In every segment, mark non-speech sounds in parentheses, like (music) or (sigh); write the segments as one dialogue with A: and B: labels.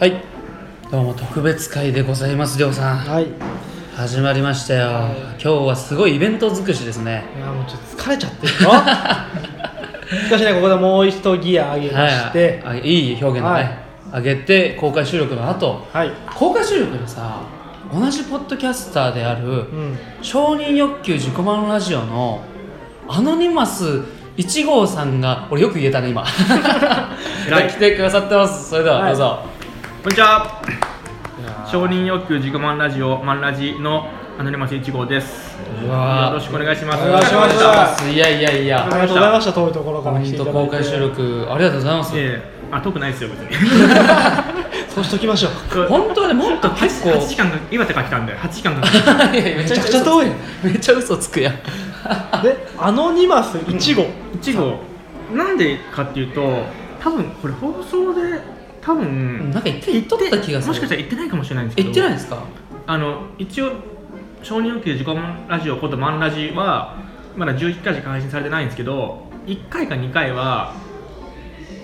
A: はいどうも特別会でございますりょうさん
B: はいい
A: 始まりましたよ今日はすごいイベント尽くしですね
B: やもうちょっと疲れちゃってるのしかしねここでもう一ギア上げまして
A: はいあいい表現だね、上げて公開収録の後
B: はい、
A: 公開収録でさ同じポッドキャスターである
B: うん
A: 承認欲求自己満ラジオのアノニマス1号さんが俺よく言えたね
B: (laughs)
A: 今
C: 偉い
A: 来てくださってますそれでは
B: はい
A: どうぞ、
C: こんにちは承認欲求自己満ラジオマンラジのアノニマス1号です
A: う
C: よ
A: わ
C: ろしくお願いします
B: お願いします
A: ーいやいやい
B: あ
A: や
B: りがとうございました遠いところか
A: コ
B: ら
A: メ
B: 来
A: ン
B: ていた
A: ト
B: だいて
A: 公開収録ありがとうございます
C: ええあ遠くないですよ別に
B: そうしときましょう
A: (laughs) 本当はねもっと結構
C: 8時間が岩手から来たんで8時間がかか
A: (laughs)
C: る
A: いやいやめ
B: めちゃくちゃ遠い
A: めっちゃ嘘つくやん
B: でアノニマス1号、
C: 1号なんでかっていうと多分これ放送で多分
A: なんか一回言っとった気がする
C: もしかしたら言ってないかもしれないんですけど
A: 言ってないんですか
C: あの一応承認欲求自己満ラジオことマンラジはまだ11回しか配信されてないんですけど1回か2回は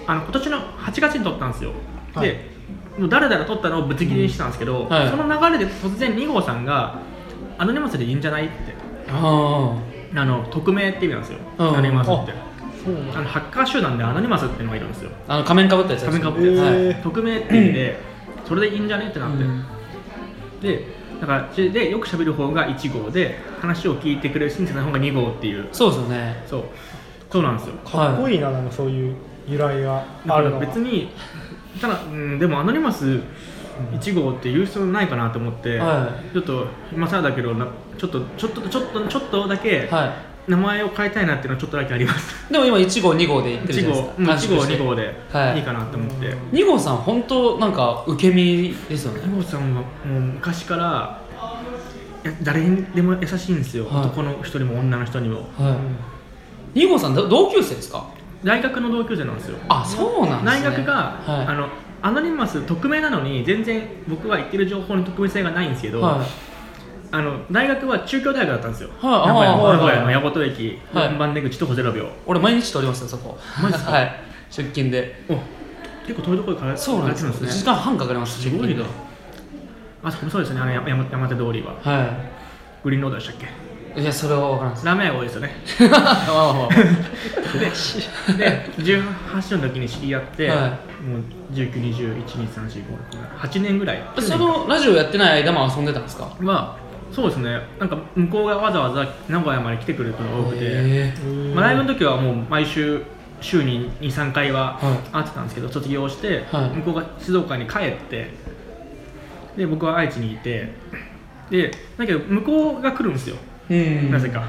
C: あの今年の8月に撮ったんですよ、
B: はい
C: でもう誰々撮ったのをぶつ切りにしてたんですけど、
A: んはい
C: その流れで突然2号さんが「アノニマスでいいんじゃない?」って
A: あ
C: あの匿名って意味なんですよ、
A: うん
C: アノニマスって
B: そうなん
C: あのハッカー集団でアノニマスっていうのがいるんですよ
A: ああの仮面かぶったやつですね
C: 仮面かぶった
B: やつ
A: はい
B: へ
C: 匿名って意
A: (laughs)
C: 味でそれでいいんじゃねってなって、
A: うん
C: でだからそれでよく喋る方が1号で話を聞いてくれる親切な方が2号っていう
A: そうですよね
C: そうそうなんですよ
B: かっこ
A: はい
B: いななんかそういう由来が
C: だ
B: あ
C: か
B: る
C: ら
B: のは
C: 別にただ、うん、でもアノニマス1号って言う必要ないかなと思って、
A: は
C: ちょっと今更だけどなちょっとちょっとちょっとちょっとだけ、
A: い、は
C: 名前を変えたいなっていうのはちょっとだけあります
A: い、でも今1号2号で言ってるじゃ
C: 1
A: ない
C: 号
A: ですか
C: うん1号
A: 短縮して
C: 2号で
A: はい
C: いいかなと思って、
B: うん
A: 二号さん本当なんか受け身ですよ
C: 二
A: ね
C: 号さんはもう昔からいや誰にでも優しいんですよ、
A: はい
C: 男の人にも女の人にも
A: はい二号さんど同級生ですか
C: 大学の同級生なんですよ
A: あそうなんです
C: 大
A: ね
C: 学が、
A: はい
C: あのアノニマス匿名なのに全然僕が言ってる情報に匿名性がないんですけど、
A: は
C: あの大学は中京大学だったんですよ、
A: はい
C: 名古屋
A: あー
C: の名古屋
A: は
C: の
A: い
C: 八幡駅、
A: はい
C: 本番出口徒歩0秒
A: 俺毎日通りますよそこ
C: マジっす
A: (laughs)
C: か
A: はい出勤で
C: お結構遠いところから
A: そうなんですよ
C: 通ってるん
A: 時間半かかります
C: す
A: 出
C: ご
A: 勤
C: い
A: で
C: なあそこもそうですよねあの山山山手通りは
A: は
C: グリーンロードでしたっけ
A: いいやそれは分からんです
C: ラーメン屋が多いですよね
A: まあまあまあ
C: で18歳の時に知り合って、
A: は
C: もう1921234568年ぐらい
A: え (laughs) そのラジオやってない間も遊んでたんですか
C: はそうですねなんか向こうがわざわざ名古屋まで来てくれることが多くて、
A: へ
B: うん
C: まあ、ライブの時はもう毎週週に23回は
A: はい
C: 会ってたんですけど、卒業して、
A: はい
C: 向こうが静岡に帰ってで僕は愛知にいてでだけど向こうが来るんですよ、
A: えうん
C: なぜか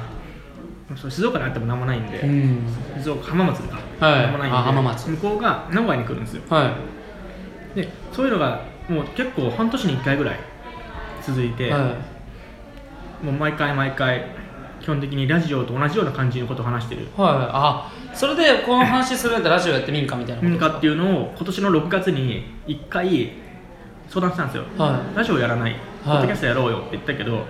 C: そう静岡で会っても何もないんで、
A: うん
C: 静岡浜松でか、
A: はい
C: 何もないんで
A: あ浜松
C: 向こうが名古屋に来るんですよ
A: は
C: でそういうのがもう結構半年に1回ぐらい続い
A: い
C: て、
A: は
C: もう毎回毎回基本的にラジオと同じような感じのことを話してる
A: いはいあそれでこの話するんやったらラジオやってみんかみたいなこと
C: 何かっていうのを今年の6月に1回相談したんですよ、
A: は
C: ラジオやらない、ポッドキャストやろうよって言ったけど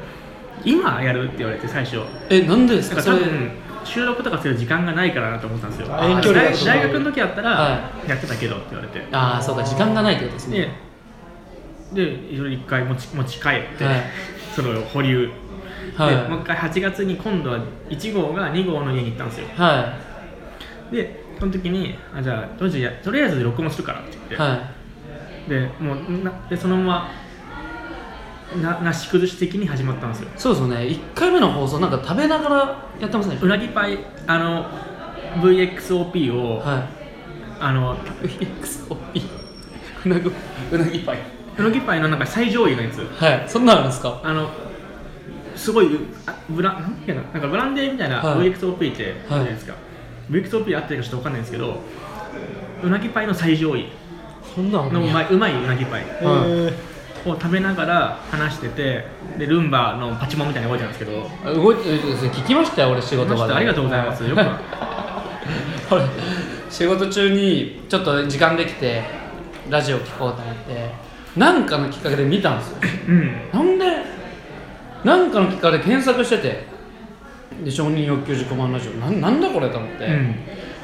C: 今やるって言われて最初
A: えなんでです
C: なん
A: かそ
C: か多
A: れ
C: 分収録とかする時間がないからなと思ったんですよ
B: あ
A: 遠距離だ
C: 大
A: と
C: 大学の時やったら
A: は
C: やってたけどって言われて
A: ああそうか時間がないってことです
C: で
A: ね
C: でそれ1回持ち持ち帰って、
A: はい
C: その保留、でもう
A: は
C: 一回8月に今度は1号が2号の家に行ったんですよ
A: いは
C: でその時にあじゃあとりあえずとりあえず録音するからって言っ
A: い
C: て、
A: は
C: でもうなでそのままななし崩し的に始まったんですよ
A: いそうですよね1回目の放送なんか食べながらやってますね
C: うなぎパイあの VXOP を、
A: は
C: あの
A: (laughs) い XOP うなぎうなぎパイ
C: うなぎパイのなんか最上位のやつ
A: はいそんなのあるんですか
C: あのすごいあブラなんていうのなんかブランデーみたいな
A: はい
C: VXOP ってあるじゃ
A: はい
C: ないですか、VXOP 合ってるかちょっとわかんないんですけどうなぎパイの最上位
B: そんな
C: の
B: の
C: うまいうまいうなぎパイ
B: えー
C: を食べながら話しててでルンバのパチモンみたいなの動いてたんですけど
A: あ動いて聞きましたよ俺仕事場で
C: ありがとうございますよく
A: (laughs) 俺仕事中にちょっと時間できてラジオ聞こうと思ってなんかのきっかけで見たんですよ
C: うん
A: なんでなんかのきっかけで検索しててで承認欲求自己満ラジオなんなんだこれと思って、
C: うん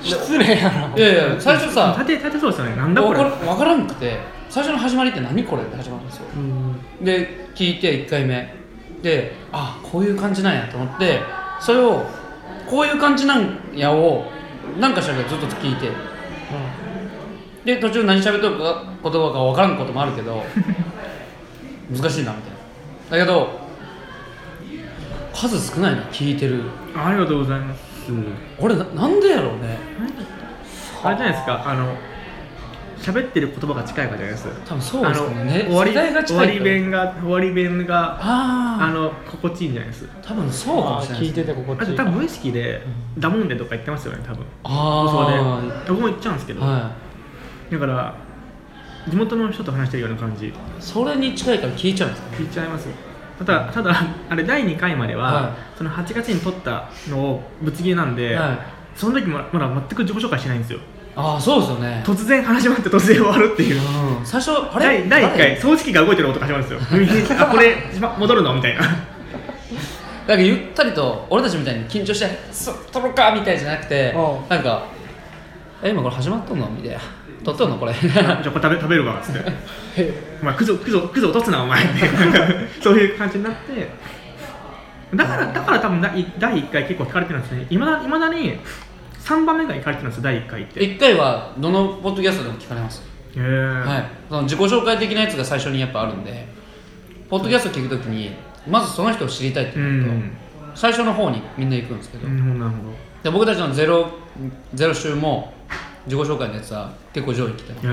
B: 失礼やない
A: やいや最初さ
C: 縦縦そうですよねなんだこ
A: 分
C: れ
A: からんくて最初の始まりって何これって始まるんですよ
B: うん
A: で聞いて1回目であこういう感じなんやと思ってそれをこういう感じなんやを何かしらがずっと聞いてで途中何喋っとるか言葉か分からんこともあるけ
C: (laughs)
A: ど難しいなみたいなだけど数少ないな聞いてる
C: ありがとうございます
A: 俺ななんでやろうね
C: あれじゃないですかあの喋ってる言葉が近いからじゃないです
A: 多分そうですよ
C: あの
A: ね
C: 終わり
A: 世代が近い
C: 終わり弁が終わり弁があ
A: あ
C: の心地いいんじゃないです
A: あ多分そうか
B: あ
A: もしれない
B: 聞いてて心地
C: あ
B: い
C: と
B: い
C: 多分無意識でダモンデとか言ってますよね多分
A: あ
C: そうね僕も言っちゃうんですけ
A: あ、
C: ど、
A: は
C: だから地元の人と話してるような感じ
A: い、それに近いから聞いちゃうんですかね
C: 聞いちゃいますただ (laughs) ただあれ第2回までは、
A: は
C: その8月に撮ったのをぶつ切りなんで、
A: はい
C: その時もまだ全く自己紹介してないんですよ
A: ああそうですよね
C: 突然始まって突然終わるっていう
A: うん最初あれ
C: 第第1回
A: 誰
C: 掃除機が動いてる音が始まるん
A: (laughs)
C: ですよあこれ戻るのみたいな (laughs)
A: なんかゆったりと俺たちみたいに緊張して「そ撮ろうか」みたいじゃなくて
B: うん
A: なんか「え今これ始まっとんの?」みたいな「撮っとんのこれ」 (laughs)
C: じゃあこれ食べ食べるわっつって
B: へ
C: お前クズクズクズ落とすなお前 (laughs) ってそういう感じになってだからだから多分第第1回結構聞かれてるんですねいまだいまだに3番目が聞かれてるんですよ第1回ってへ
A: 1回はどのポッドキャストでも聞かれます、
C: え、
A: はい、その自己紹介的なやつが最初にやっぱあるんでポッドキャスト聞くときにまずその人を知りたいって
C: う
A: いうのと、
C: ん
A: 最初の方にみんな行くんですけど、
C: なるほどなるほど
A: で僕たちのゼロゼロ週も自己紹介のやつは結構上位来てます
C: ええ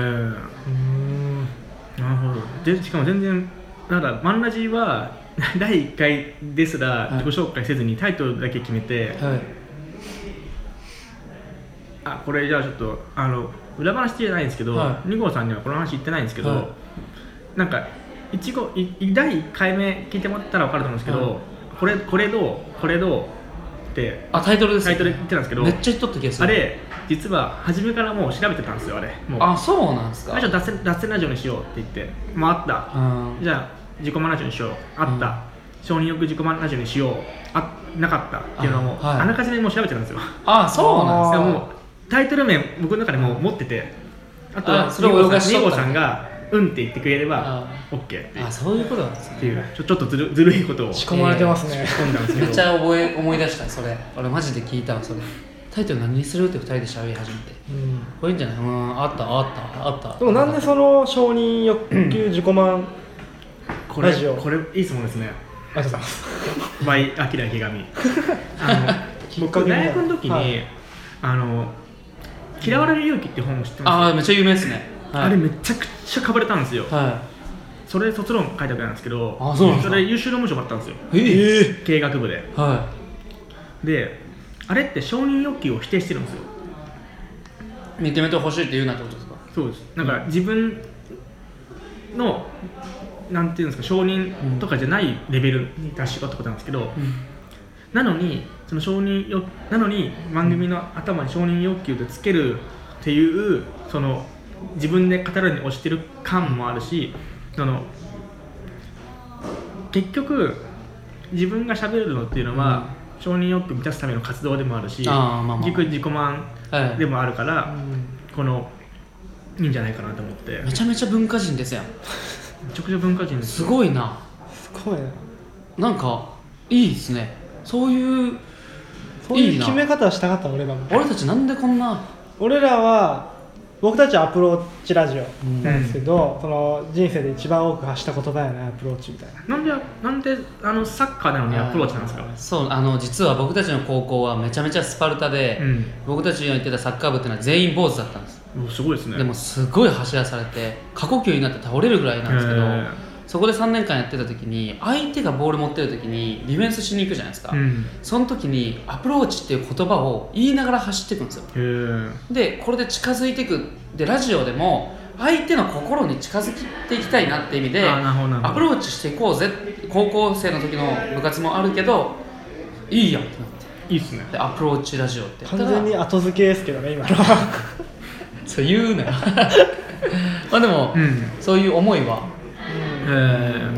C: なるほどでしかも全然なんだマンラジは (laughs) 第1回ですら
A: はい
C: 自己紹介せずにタイトルだけ決めて、
A: はい
C: あこれじゃあちょっとあの裏話じゃないんですけど、
A: は
C: 二号さんにはこの話言ってないんですけど、
A: はい
C: なんか一号い第1回目聞いてもらったら分かると思うんですけど、
A: は
C: これこれどうこれどうって
A: あタイトルです
C: タイトル言ってたんですけど
A: めっちゃ言っとった気がす
C: あ
A: る
C: れ実は初めからもう調べてたんですよあれもう
A: あそうなんですか
C: 最初脱線脱線ラジオにしようって言ってもうあった
A: うん
C: じゃあ自己満ラジオにしようあった、
A: うん
C: 承認欲自己満ラジオにしようあなかったっていうのも
A: あはい
C: あらかじめもう調べてたんですよ
A: あそうなんです
B: あー
C: でもうタイトル名僕の中でもう持っててあとは
A: あそれを泳
C: 二号
A: が
C: さ
A: し
C: ん二
A: と
C: 号
A: った
C: さん
A: んだ
C: が「うん」って言ってくれれば
A: あ
C: OK って
A: あそういうことなんですね
C: っていうちょちょっとずるずるいことを
B: 仕
C: 仕
B: 込まれてますね、
C: 込んだんですけ
A: めっ
C: ど
A: ちゃ覚え思い出したそれ俺マジで聞いたわそれタイトル何にするって二人で喋り始めて
B: うん
A: これいいんじゃないうんあったあったあった
B: でもなんでその承認欲求自己満
C: これ
B: ラジオ
C: これいい質問ですね
B: ありがとうございます
C: バイアキラ池上
A: (laughs)
C: あ
B: っ
C: の
B: かけ
C: 僕
B: にな
C: 大
B: る
C: 学の時に、
B: はい
C: あの「嫌われる勇気」って本を知ってます
A: あーめっちゃ有名ですねはい
C: あれめちゃくちゃかぶれたんですよ
A: は
C: それ卒論書いたわけなんですけど
A: あそうなんですか
C: れ優秀論文賞もらったんですよ
A: いええ
C: 経営学部で
A: は
C: であれって承認欲求を否定してるんですよ
A: い認めてほしいって言うなってことですか
C: そうですなんか自分のなんていうんですか承認とかじゃないレベルに達しろってことなんですけど、なのにその承認欲なのに番組の頭に承認欲求でつけるっていうその自分で語るに押してる感もあるしその結局自分が喋るのっていうのは、承認欲求を満たすための活動でもあるし、
A: あーまあまあ
C: 結局自己満
A: はい
C: でもあるから、このいいんじゃないかなと思ってめ
A: め
C: ち
A: ちゃめちゃ文化人ですやん
C: ゃくちゃ文化人です
A: す
C: よ
A: ごいな
B: すごい
A: な
B: な
A: んかいいですねそういう
B: そうい
A: いういな
B: 決め方をしたかった俺らも
A: 俺たちなんでこんな
B: 俺らは僕たちはアプローチラジオ
A: うん
B: なんですけど、その人生で一番多く発した言葉やねアプローチみたいな
C: なんでなんであのサッカーなのにアプローチなんですか、
A: そうあの実は僕たちの高校はめちゃめちゃスパルタで、
C: うん
A: 僕たちが行ってたサッカー部っていうのは全員坊主だったんです、
C: もうすごいですね
A: でもすごい走らされて過呼吸になって倒れるぐらいなんですけど、
C: へー
A: そこで3年間やってた時に相手がボール持ってる時にディフェンスしに行くじゃないですか、
C: うん
A: その時にアプローチっていう言葉を言いながら走っていくんですよ
C: へー
A: でこれで近づいていくでラジオでも相手の心に近づいていきたいなって意味で
C: あーなるほどなるほど
A: アプローチしていこうぜ高校生の時の部活もあるけどいいやんってなって
C: いいっすね
A: でアプローチラジオってやった
B: 完
A: ら
B: 全に後付けですけどね (laughs) 今のは
A: そう言 (laughs) うなよまあでも、
C: うん
A: そういう思いは、
C: え
A: あ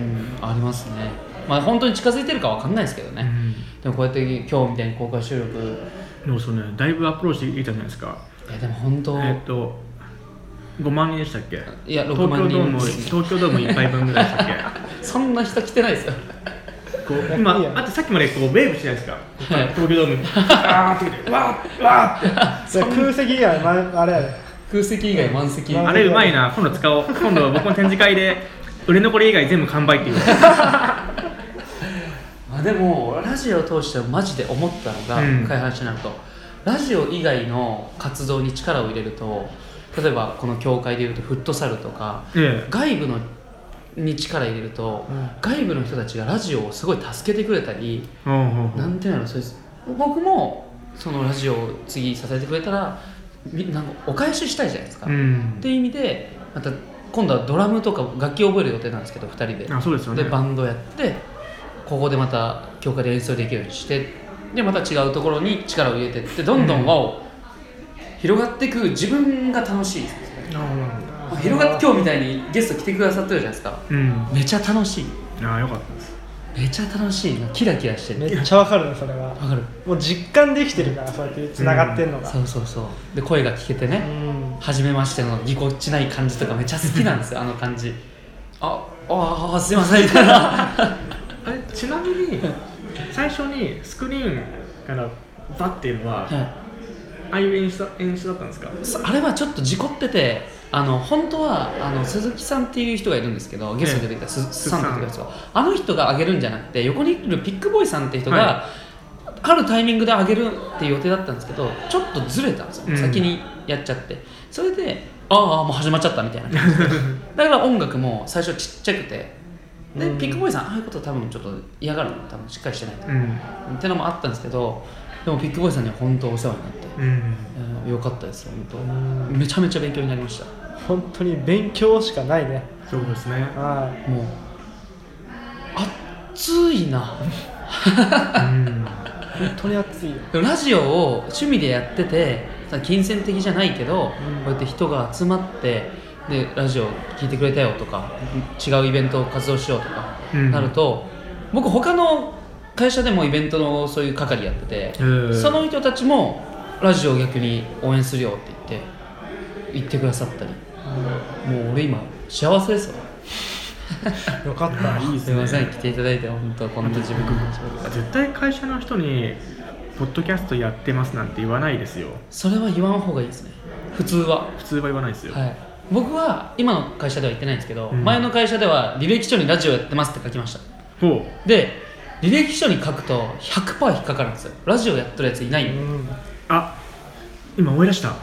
A: りますねまあ本当に近づいてるかわかんないですけど
C: う
A: ね、
C: ん
A: でもこうやって今日みたいに公開収録
C: でもそうねだいぶアプローチできたじゃないですか
A: いやでも本当、
C: えっと5万人でしたっけ
A: いや
C: 東
A: 6万
C: 京ドー
A: 人
C: ム
A: です
C: 東京ドーム1杯分ぐらいでしたっ (laughs)
A: そんな人来てない (laughs) ですよ
C: けこう今
B: いや
C: あとさっきまでこうウェーブしてないですか、
A: い
C: 東京ド (laughs) ームあーって言ってわーわーって
B: それ空席以外、まあれやで。
A: 空席以外満席
B: うん
C: あれうまいな今度使おう今度僕の展示会で売れ残り以外全部完売っていう
A: まあ、でもラジオを通してマジで思ったのが、
C: うん
A: 深い話になるとラジオ以外の活動に力を入れると例えばこの協会でいうとフットサルとか
C: え
A: 外部のに力入れると、
B: うん
A: 外部の人たちがラジオをすごい助けてくれたり、
C: えうんうんうん
A: なんていうのそうです僕もそのラジオを次支えてくれたらみなんかお返ししたいじゃないですか、
C: う
A: っ
C: ん
A: ていう意味でまた今度はドラムとか楽器を覚える予定なんですけど2人で
C: あそうですよね
A: でバンドやってここでまた教科で演奏できるようにしてでまた違うところに力を入れてってどんどん輪を広がっていく自分が楽しいですねあ広がって今日みたいにゲスト来てくださってるじゃないですか
C: うん
A: めちゃ楽しい
C: ああよかったです
A: めちゃ楽しいなキラキラして
B: め
A: る
B: っちゃわかるね、それは。
A: わかる
B: もう実感できてるから、そうやって繋がってんのが。
A: そうそうそうで声が聞けてね、
B: うん
A: 初めましてのぎこちない感じとかめちゃ好きなんですよあの感じあああすいませんみたい
B: (laughs)
A: な
C: あれちなみに最初にスクリーンからバッっていうのは、あ
A: は
C: あいう演出だ演出だったんですか
A: いそあれはちょっと事故っててあの本当はあの鈴木さんっていう人がいるんですけどゲストに出てきたすすさんっていう人があの人が上げるんじゃなくて横にいるピックボーイさんっていう人が、
C: は
A: あるタイミングで上げるっていう予定だったんですけどちょっとずれたんですよ、
C: うん
A: 先にやっちゃってそれでああもう始まっちゃったみたいな感じでだから音楽も最初ちっちゃくてで、
B: うん
A: ピックボーイさんああいうこと多分ちょっと嫌がるの多分しっかりしてないと、
C: うん
A: ってのもあったんですけどでもピックボーイさんには本当お世話になって、
C: うん
A: えーよかったです本当、
B: うん
A: めちゃめちゃ勉強になりました
B: 本当に勉強しかないね。
C: そうですね
B: はい。
A: もう暑いな
C: うん
B: 本当に熱いよ。
A: でもラジオを趣味でやっててさ金銭的じゃないけど、
B: うん
A: こうやって人が集まってでラジオ聞いてくれたよとか違うイベントを活動しようとか、
C: うん
A: なると僕他の会社でもイベントのそういう係やってて、
C: ー
A: その人たちもラジオを逆に応援するよって言って言ってくださったりもう俺今幸せですよ
B: よかった。
C: いいです
A: す
C: ね
A: いません来ていただいて本当こんな自分の話を
C: 絶対会社の人に「ポッドキャストやってます」なんて言わないですよ
A: それは言わん方がいいですね普通は
C: 普通は言わないですよ、
A: はい、僕は今の会社では言ってないんですけど、
C: うん
A: 前の会社では履歴書にラジオやってますって書きました
C: ほ
A: で履歴書に書くと100%引っかかるんですよラジオやってるやついな
B: う
A: いよ、
B: ん。
C: うあ今思い出した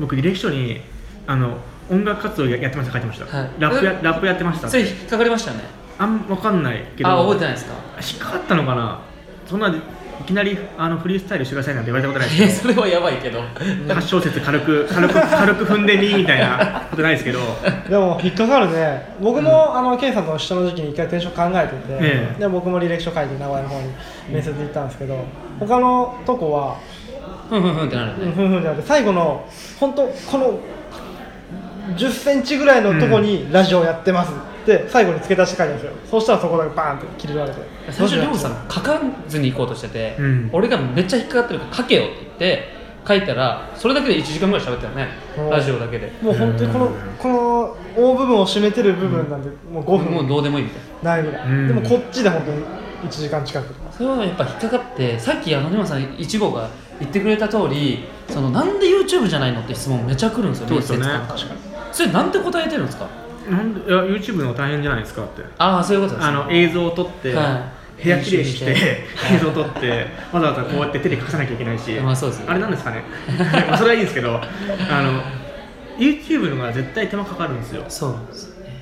C: 僕履歴書にあの音楽活動ややってました書いてました、
A: はい
C: ラップや
A: え
C: ラップやってました
A: それ引っかかりましたよね
C: あんわかんないけど
A: あ覚えてないですか
C: 引っかかったのかなそんないきなりあのフリースタイルしてくださいなんて言われたことない
A: え
C: です
A: それはやばいけど
C: けど8小節軽く
A: (laughs)
C: 軽く軽く踏んでみみたいなことないですけど
B: でも引っかかるね僕も、あのケンさんと一緒の時期に一回転職考えてて、
C: ええ
B: で僕も履歴書書いて名古屋の方に面接行ったんですけど、他のとこは
A: ふんふんふんってなる
B: ふ
A: よ
B: ん
A: ね
B: ふんじゃなくて最後の本当この10センチぐらいのとこにラジオやってますって最後に付け足して書いてあるんですよそうしたらそこだけバーンって切り取られて
A: 最初りょう
B: どうし
A: さ
B: よ
A: ん書かずに行こうとしてて、
C: うん
A: 俺がめっちゃ引っかかってるから書けよって言って書いたらそれだけで1時間ぐらい喋ったよね
B: うん
A: ラジオだけで
B: うもう本当にこのこの大部分を占めてる部分なんで、もう5
A: もう
B: 分
A: どうでもいいみたいな
B: ないぐらい、
C: うん
B: でもこっちで本当に1時間近くとか
A: それはやっぱ引っかかってさっきあのリマさん1号が言ってくれた通りそのなんで YouTube じゃないのって質問めちゃくるんですよ
C: そうですよね
A: 面接官からそれなんて答えてるんですか
C: なんでいや YouTube の大変じゃないですかって
A: ああそういうことですね
C: あの映像を撮って、
A: は
C: 部屋きれいにし
A: 編
C: て
A: 集して
C: (laughs) 映像を撮ってわざわざこうやって手で隠さなきゃいけないし、
A: まあそうですね
C: あれなんですかね (laughs) まあそれはいいんですけどあの YouTube の方が絶対手間かかるんですよ
A: そうなんですよね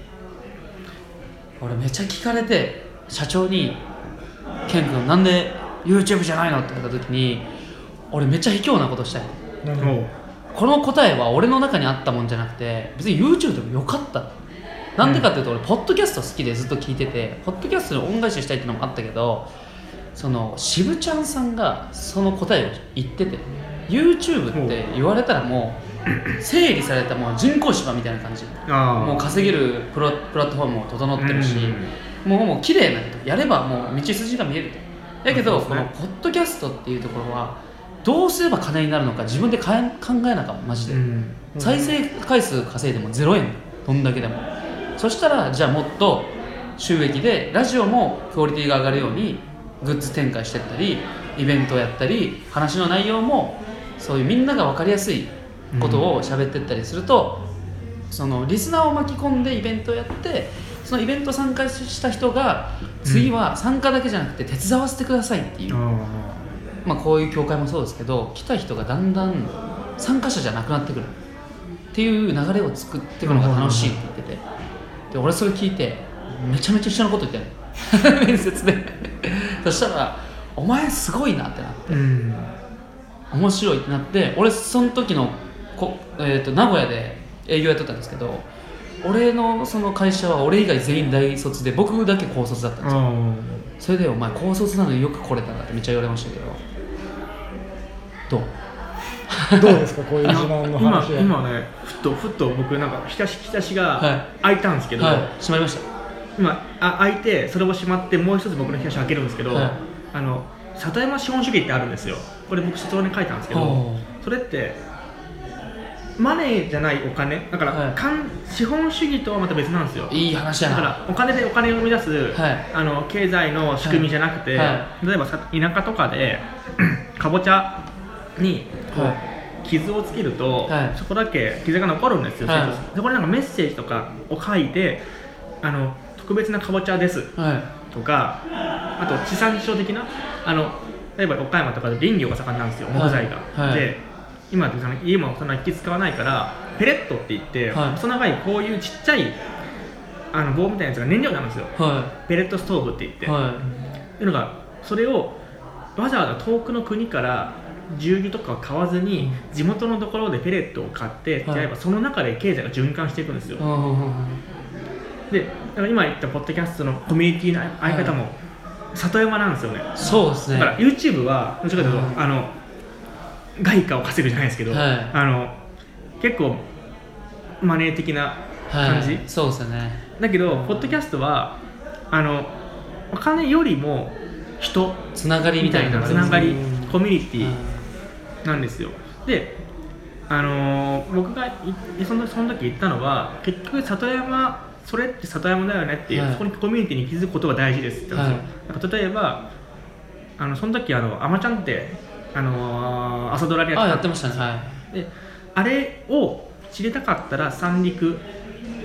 A: 俺めちゃ聞かれて社長に「ケン君なんで YouTube じゃないの?」って言われた時に俺めっちゃ卑怯なことしたい
B: なんか
C: もう
A: この答えは俺の中にあったもんじゃなくて別に YouTube でもよかったなんでかっていうと俺ポッドキャスト好きでずっと聞いててポッドキャストに恩返ししたいっていうのもあったけどその渋ちゃんさんがその答えを言ってて YouTube って言われたらも (laughs) う整理されたもう人工芝みたいな感じ
C: あー
A: もう稼げるプロプラットフォームも整ってるし、もうもう綺麗な人やればもう道筋が見えるとだけど、
C: そう
A: こ
C: で
A: の
C: すね
A: ポッドキャストっていうところはどうすれば金になるのか自分でかえ考えなあかんマジで、
C: うん
A: 再生回数稼いでも0円どんだけでもそしたらじゃあもっと収益でラジオもクオリティが上がるようにグッズ展開してったりイベントをやったり話の内容もそういうみんなが分かりやすいことを喋ってったりすると、そのリスナーを巻き込んでイベントをやってそのイベント参加した人が次は参加だけじゃなくて手伝わせてくださいっていう、
C: あ
A: まあ、こういう教会もそうですけど来た人がだんだん参加者じゃなくなってくるっていう流れを作っていくのが楽しいって言っててで俺それ聞いてめちゃめちゃ一緒のこと言ってる (laughs) 面接でそしたら「お前すごいな」ってなって
C: ーうん
A: 面白いってなって俺その時のこ、えー、と名古屋で営業やってたんですけど俺のその会社は俺以外全員大卒で僕だけ高卒だったんですよ
C: あ
A: それで「お前高卒なのによく来れたな」ってめっちゃ言われましたけどどう
B: どうですかこういう自慢の
C: 今
B: 話は
C: 今ねふとふと僕なんかひたしひたしが開いたんですけど、
A: はい閉まりました
C: 今あ開いてそれをしまってもう一つ僕の日差し開けるんですけど、
A: はい
C: あの里山資本主義ってあるんですよこれ僕卒論に書いたんですけど
A: ほ
C: それってマネーじゃないお金だから、
A: はい
C: かん資本主義とはまた別なんですよ
A: ういい話や
C: だ
A: な
C: からお金でお金を生み出す、
A: はい
C: あの経済の仕組みじゃなくて、
A: はい
C: 例えばさ田舎とかで (clears throat) かぼちゃにこう
A: は
C: 傷をつけると、
A: はい
C: そこだけ傷が残るんですよ、
A: はい
C: そこになんかメッセージとかを書いてあの特別なかぼちゃです
A: いはい
C: とかあと地産地消的なあの例えば岡山とかで林業が盛んなんですよ
A: はい
C: 木材が、
A: はい
C: で今ってその家もそんな引き使わないからペレットって言って、
A: はい
C: 細長いこういうちっちゃいあの棒みたいなやつが燃料になるんですよ
A: は
C: ペレットストーブって言っ
A: い
C: て、
A: は
C: っていうのがそれをわざわざ遠くの国から重油とかは買わずに地元のところでペレットを買って
A: はい
C: やればその中で経済が循環していくんですよ
A: いうんうんうん
C: でだから今言ったポッドキャストのコミュニティの相方も里山なんですよねだ
A: そうですね
C: から YouTube はどっちかというと
A: はい
C: あの外貨を稼ぐじゃないですけど
A: はい
C: あの結構マネー的な感じ
A: はい、そうですよね
C: だけどポッドキャストはあのお金よりも人
A: つながりみ
C: み
A: た
C: た
A: い
C: い
A: な
C: な
A: の
C: つながり
B: うん
C: コミュニテ
A: うん
C: ィなんですよであのー僕がいそのその時言ったのは結局里山それって里山だよねっていう、
A: はい
C: そこにコミュニティに気づくことが大事ですって言ったんですよ、なんか例えばあのその時あの「あまちゃん」って、あのー朝ドラで
A: あ
C: や
A: やっ
C: っ
A: て
C: て
A: ましたねはい
C: たであれを知りたかったら三陸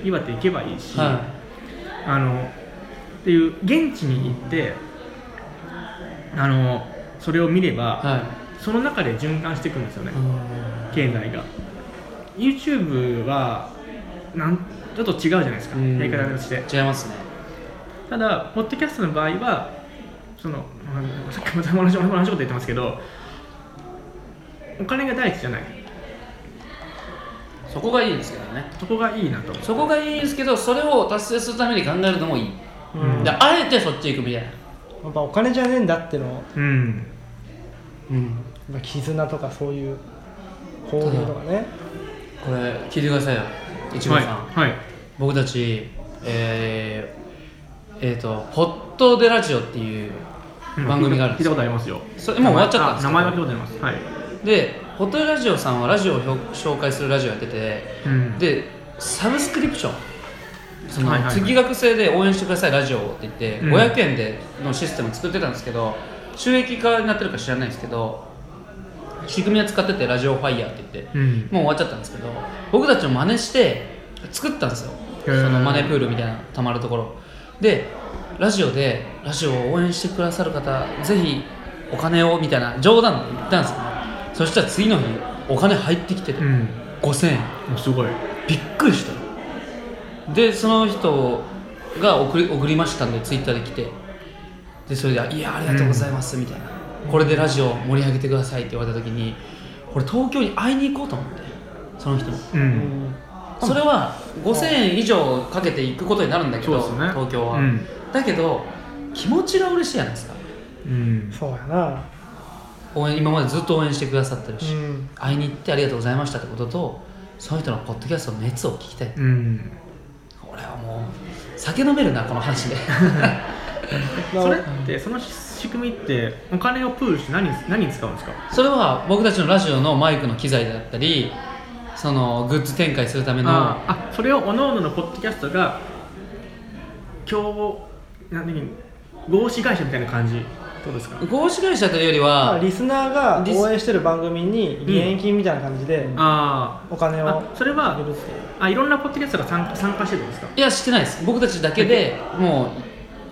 C: 岩手行けばいいし、
A: は
C: あのっていう現地に行ってあのそれを見れば、
A: いは
C: その中で循環していくんですよね
A: いうん
C: 経済が YouTube はなんちょっと違うじゃないですか
A: うん
C: やり方として
A: 違いますね
C: ただポッドキャストの場合はそのあのさっきも同じ同じ同じこと言ってますけどお金が第一じゃない
A: そこがいいですけどね
C: そこがいいなと
A: そこがいいですけどそれを達成するために考えるのもいい、
B: うん
A: で
B: やっ
A: あえてそっち行くみたいな
B: ぱお金じゃねえんだってのをやっ
C: うん
A: うん
B: ぱ絆とかそういう行動とかね
A: これ聞いてくださいよ一
C: は
A: 番
C: い
A: さん、
C: はい
A: 僕たちえー、えーと「ホットでラジオ」っていう
C: うん
A: 番組があるん
C: 聞
A: ですよ
C: いたことありますよ
A: それもう終わっちゃったんです
C: あ
A: けど
C: 名前は聞いたことありますはい、
A: でホットでラジオさんはラジオを紹介するラジオやってて
C: うん
A: でサブスクリプションその
C: はいはいはい
A: 月額制で応援してくださいラジオをって言って、
C: うん
A: 500円でのシステム作ってたんですけど収益化になってるか知らないんですけど仕組みは使っててラジオファイヤーって言って、
C: うん
A: もう終わっちゃったんですけど僕たちも真似して作ったんですよ
C: へ
A: そ
C: ー
A: のマネープールみたいなたまるところでラジオでラジオを応援してくださる方ぜひお金をみたいな冗談で言ったんですよねそしたら次の日お金入ってきてて、
C: うん
A: 5000円
C: おすごい
A: びっくりしたのでその人が送り送りましたんでツイッターで来てでそれで「いやありがとうございます」みたいな、これでラジオ盛り上げてください」って言われた時に俺東京に会いに行こうと思ってその人も
C: う
B: うんん
A: それは5000円以上かけて行くことになるんだけど、
C: そうですね
A: 東京は、
C: うん
A: だけど気持ちが嬉しいじゃないですか
C: うん
B: そうやな
A: 応援今までずっと応援してくださってる
B: う
A: し、
B: ん
A: 会いに行ってありがとうございましたってこととその人のポッドキャストの熱を聞きたい
C: うん
A: 俺はもう酒飲めるなこの話で (laughs)
C: それってそのシ仕組みってお金をプールして何に何に使うんですか
A: それは僕たちのラジオのマイクの機材だったりそのグッズ展開するための
C: あーあそれを各々のポッドキャストが競何合資会社みたいな感じどうですか
A: 合資会社というより
B: まあ
A: は
B: リスナーが
A: リス
B: 応援してる番組に義援金みたいな感じで
C: あ
B: お金
C: ー
B: を
C: あそれ
B: あげ
C: は
B: るっていう
C: あいろんなポッドキャストが参加参加してるんですか
A: いやしてないです僕たちだけでも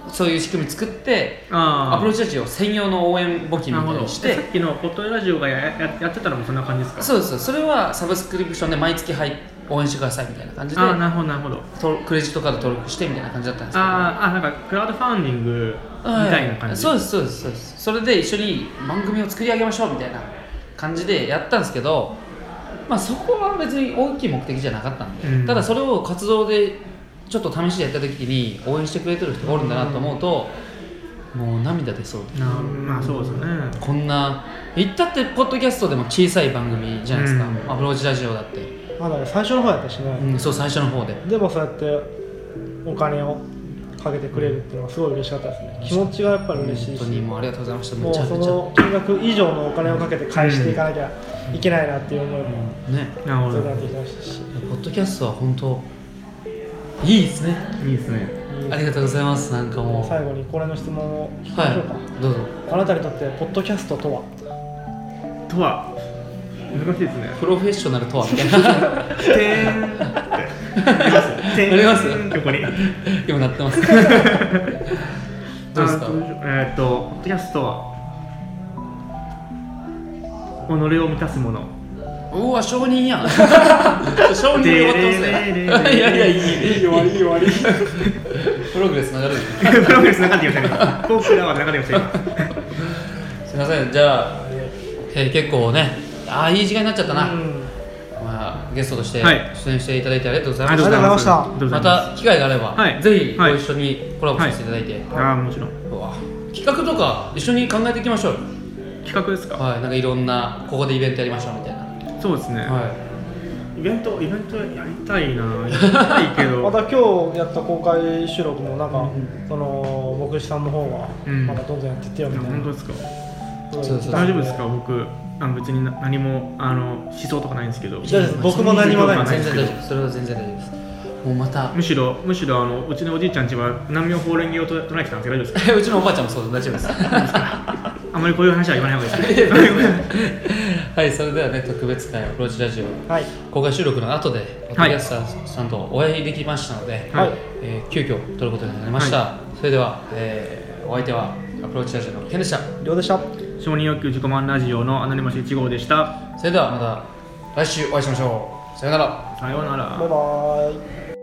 A: うそういう仕組み作って
C: あー
A: アプローチラジオ専用の応援募金み
C: なる
A: た
C: ほ
A: い
C: ど
A: にし
C: で
A: て
C: さっきのポッドラジオがやややってたのもそんな感じですか
A: そうですそれはサブスクリプションで毎月入応援してくださいみたいな感じで
C: ああなるほどなるほど
A: とクレジットカード登録してみたいな感じだったんですけど
C: あーあなんかクラウドファンディングみ
A: は
C: たいな感じ
A: そう
C: う
A: ですそうですそうですそれで一緒に番組を作り上げましょうみたいな感じでやったんですけどまあそこは別に大きい目的じゃなかったんで、
C: うん
A: ただそれを活動でちょっと試しでやった時に応援してくれてる人がおるんだなと思うと、もう涙出そう
C: なまあそうですよね
A: こんな言ったってポッドキャストでも小さい番組じゃないですか、
C: うん
A: アプローチラジオだって、
B: まだね最初の方やったしね、
A: うん、そう最初の方で
B: でもそうやってお金をかけてくれるっていうのはすごい嬉しかったですね気持ちがやっぱり嬉しい
A: 本当
B: し
A: にもうありがとうございました
B: も
A: め
B: う
A: ちゃ
B: そ
A: めち
B: の金額以上のお金をかけて返していかなきゃいけないなっていう思いも
A: ゃね
C: なるほ
B: 強
C: ど
B: くなってきましたし
A: ポッドキャストは本当いいですね
C: いいですね
A: ありがとうございます。なんかもう。
B: 最後にこれの質問を聞きましょうか、
A: はい。どうぞ。
B: あなたにとってポッドキャストとは
C: とは難しいですね
A: プロフェッショナルとはみたいな。
C: (laughs) てーんって
A: なります
C: てーんここに
A: 今なって
C: (laughs)
A: ます。どうですか
C: あーしようえーっとポッドキャストは己を満たすもの
A: うわ、承認
C: (laughs)
A: やん。承認で終わってますね。いやいや、いい。
B: いい終わりいい終わり
A: プログレス流れる。
C: プログレスなかったよね今フォークラワーなかったよね
A: すみません。じゃあ、えー結構ね、ああ、いい時間になっちゃったな。まあ、ゲストとして
C: はい
A: 出演していただいてありがとうござい
C: 今あ
A: ま
C: りがと
A: し
C: うござい
B: あ
C: ます
B: りがとう
A: た。ま
C: あ
A: た機会があれば、
C: はい
A: ぜひご
C: はい
A: 一緒にコラボさせていただいて、
C: あーもちろん
A: うわ企画とか一緒に考えていきましょうよ
C: 企画ですか
A: はい、なんかいろんなここでイベントやりましょうみたいな
C: そうですね
A: は
C: イベントイベントやりたいなやりたいけ (laughs) ど
B: また今日やった公開収録もなんか、その牧師さんの方は
C: うん
B: まだどんどんやってってよみたいな、
C: 本当ですか
B: ごい
A: そうそう
C: 大丈夫ですか僕あの別にな何もあの思想とかないんですけど
B: 大丈夫です僕も何もない
A: い
B: で
A: 全
B: す
A: 然大丈夫それは全然大丈夫ですもうまた
C: むしろむしろあのうちのおじいちゃんちは難病法蓮華をと唱えてたんですけど大丈夫ですか
A: うちのおばあちゃんもそう (laughs) です大丈夫です
C: あんまりこういう話は言わない方が
A: (laughs)
C: いいですね
A: はいそれではね特別会アプローチラジオ
B: はい
A: 公開収録の後でお客さんさんとお会いできましたので、
B: はい、
A: えー急遽撮ることになりました、それでは、えーお相手はアプローチラジオのケンでした
B: りょうでした
C: 承認欲求自己満ラジオのアナニマス1号でした
A: それではまた来週お会いしましょうさようなら
C: さようなら
B: バイバーイ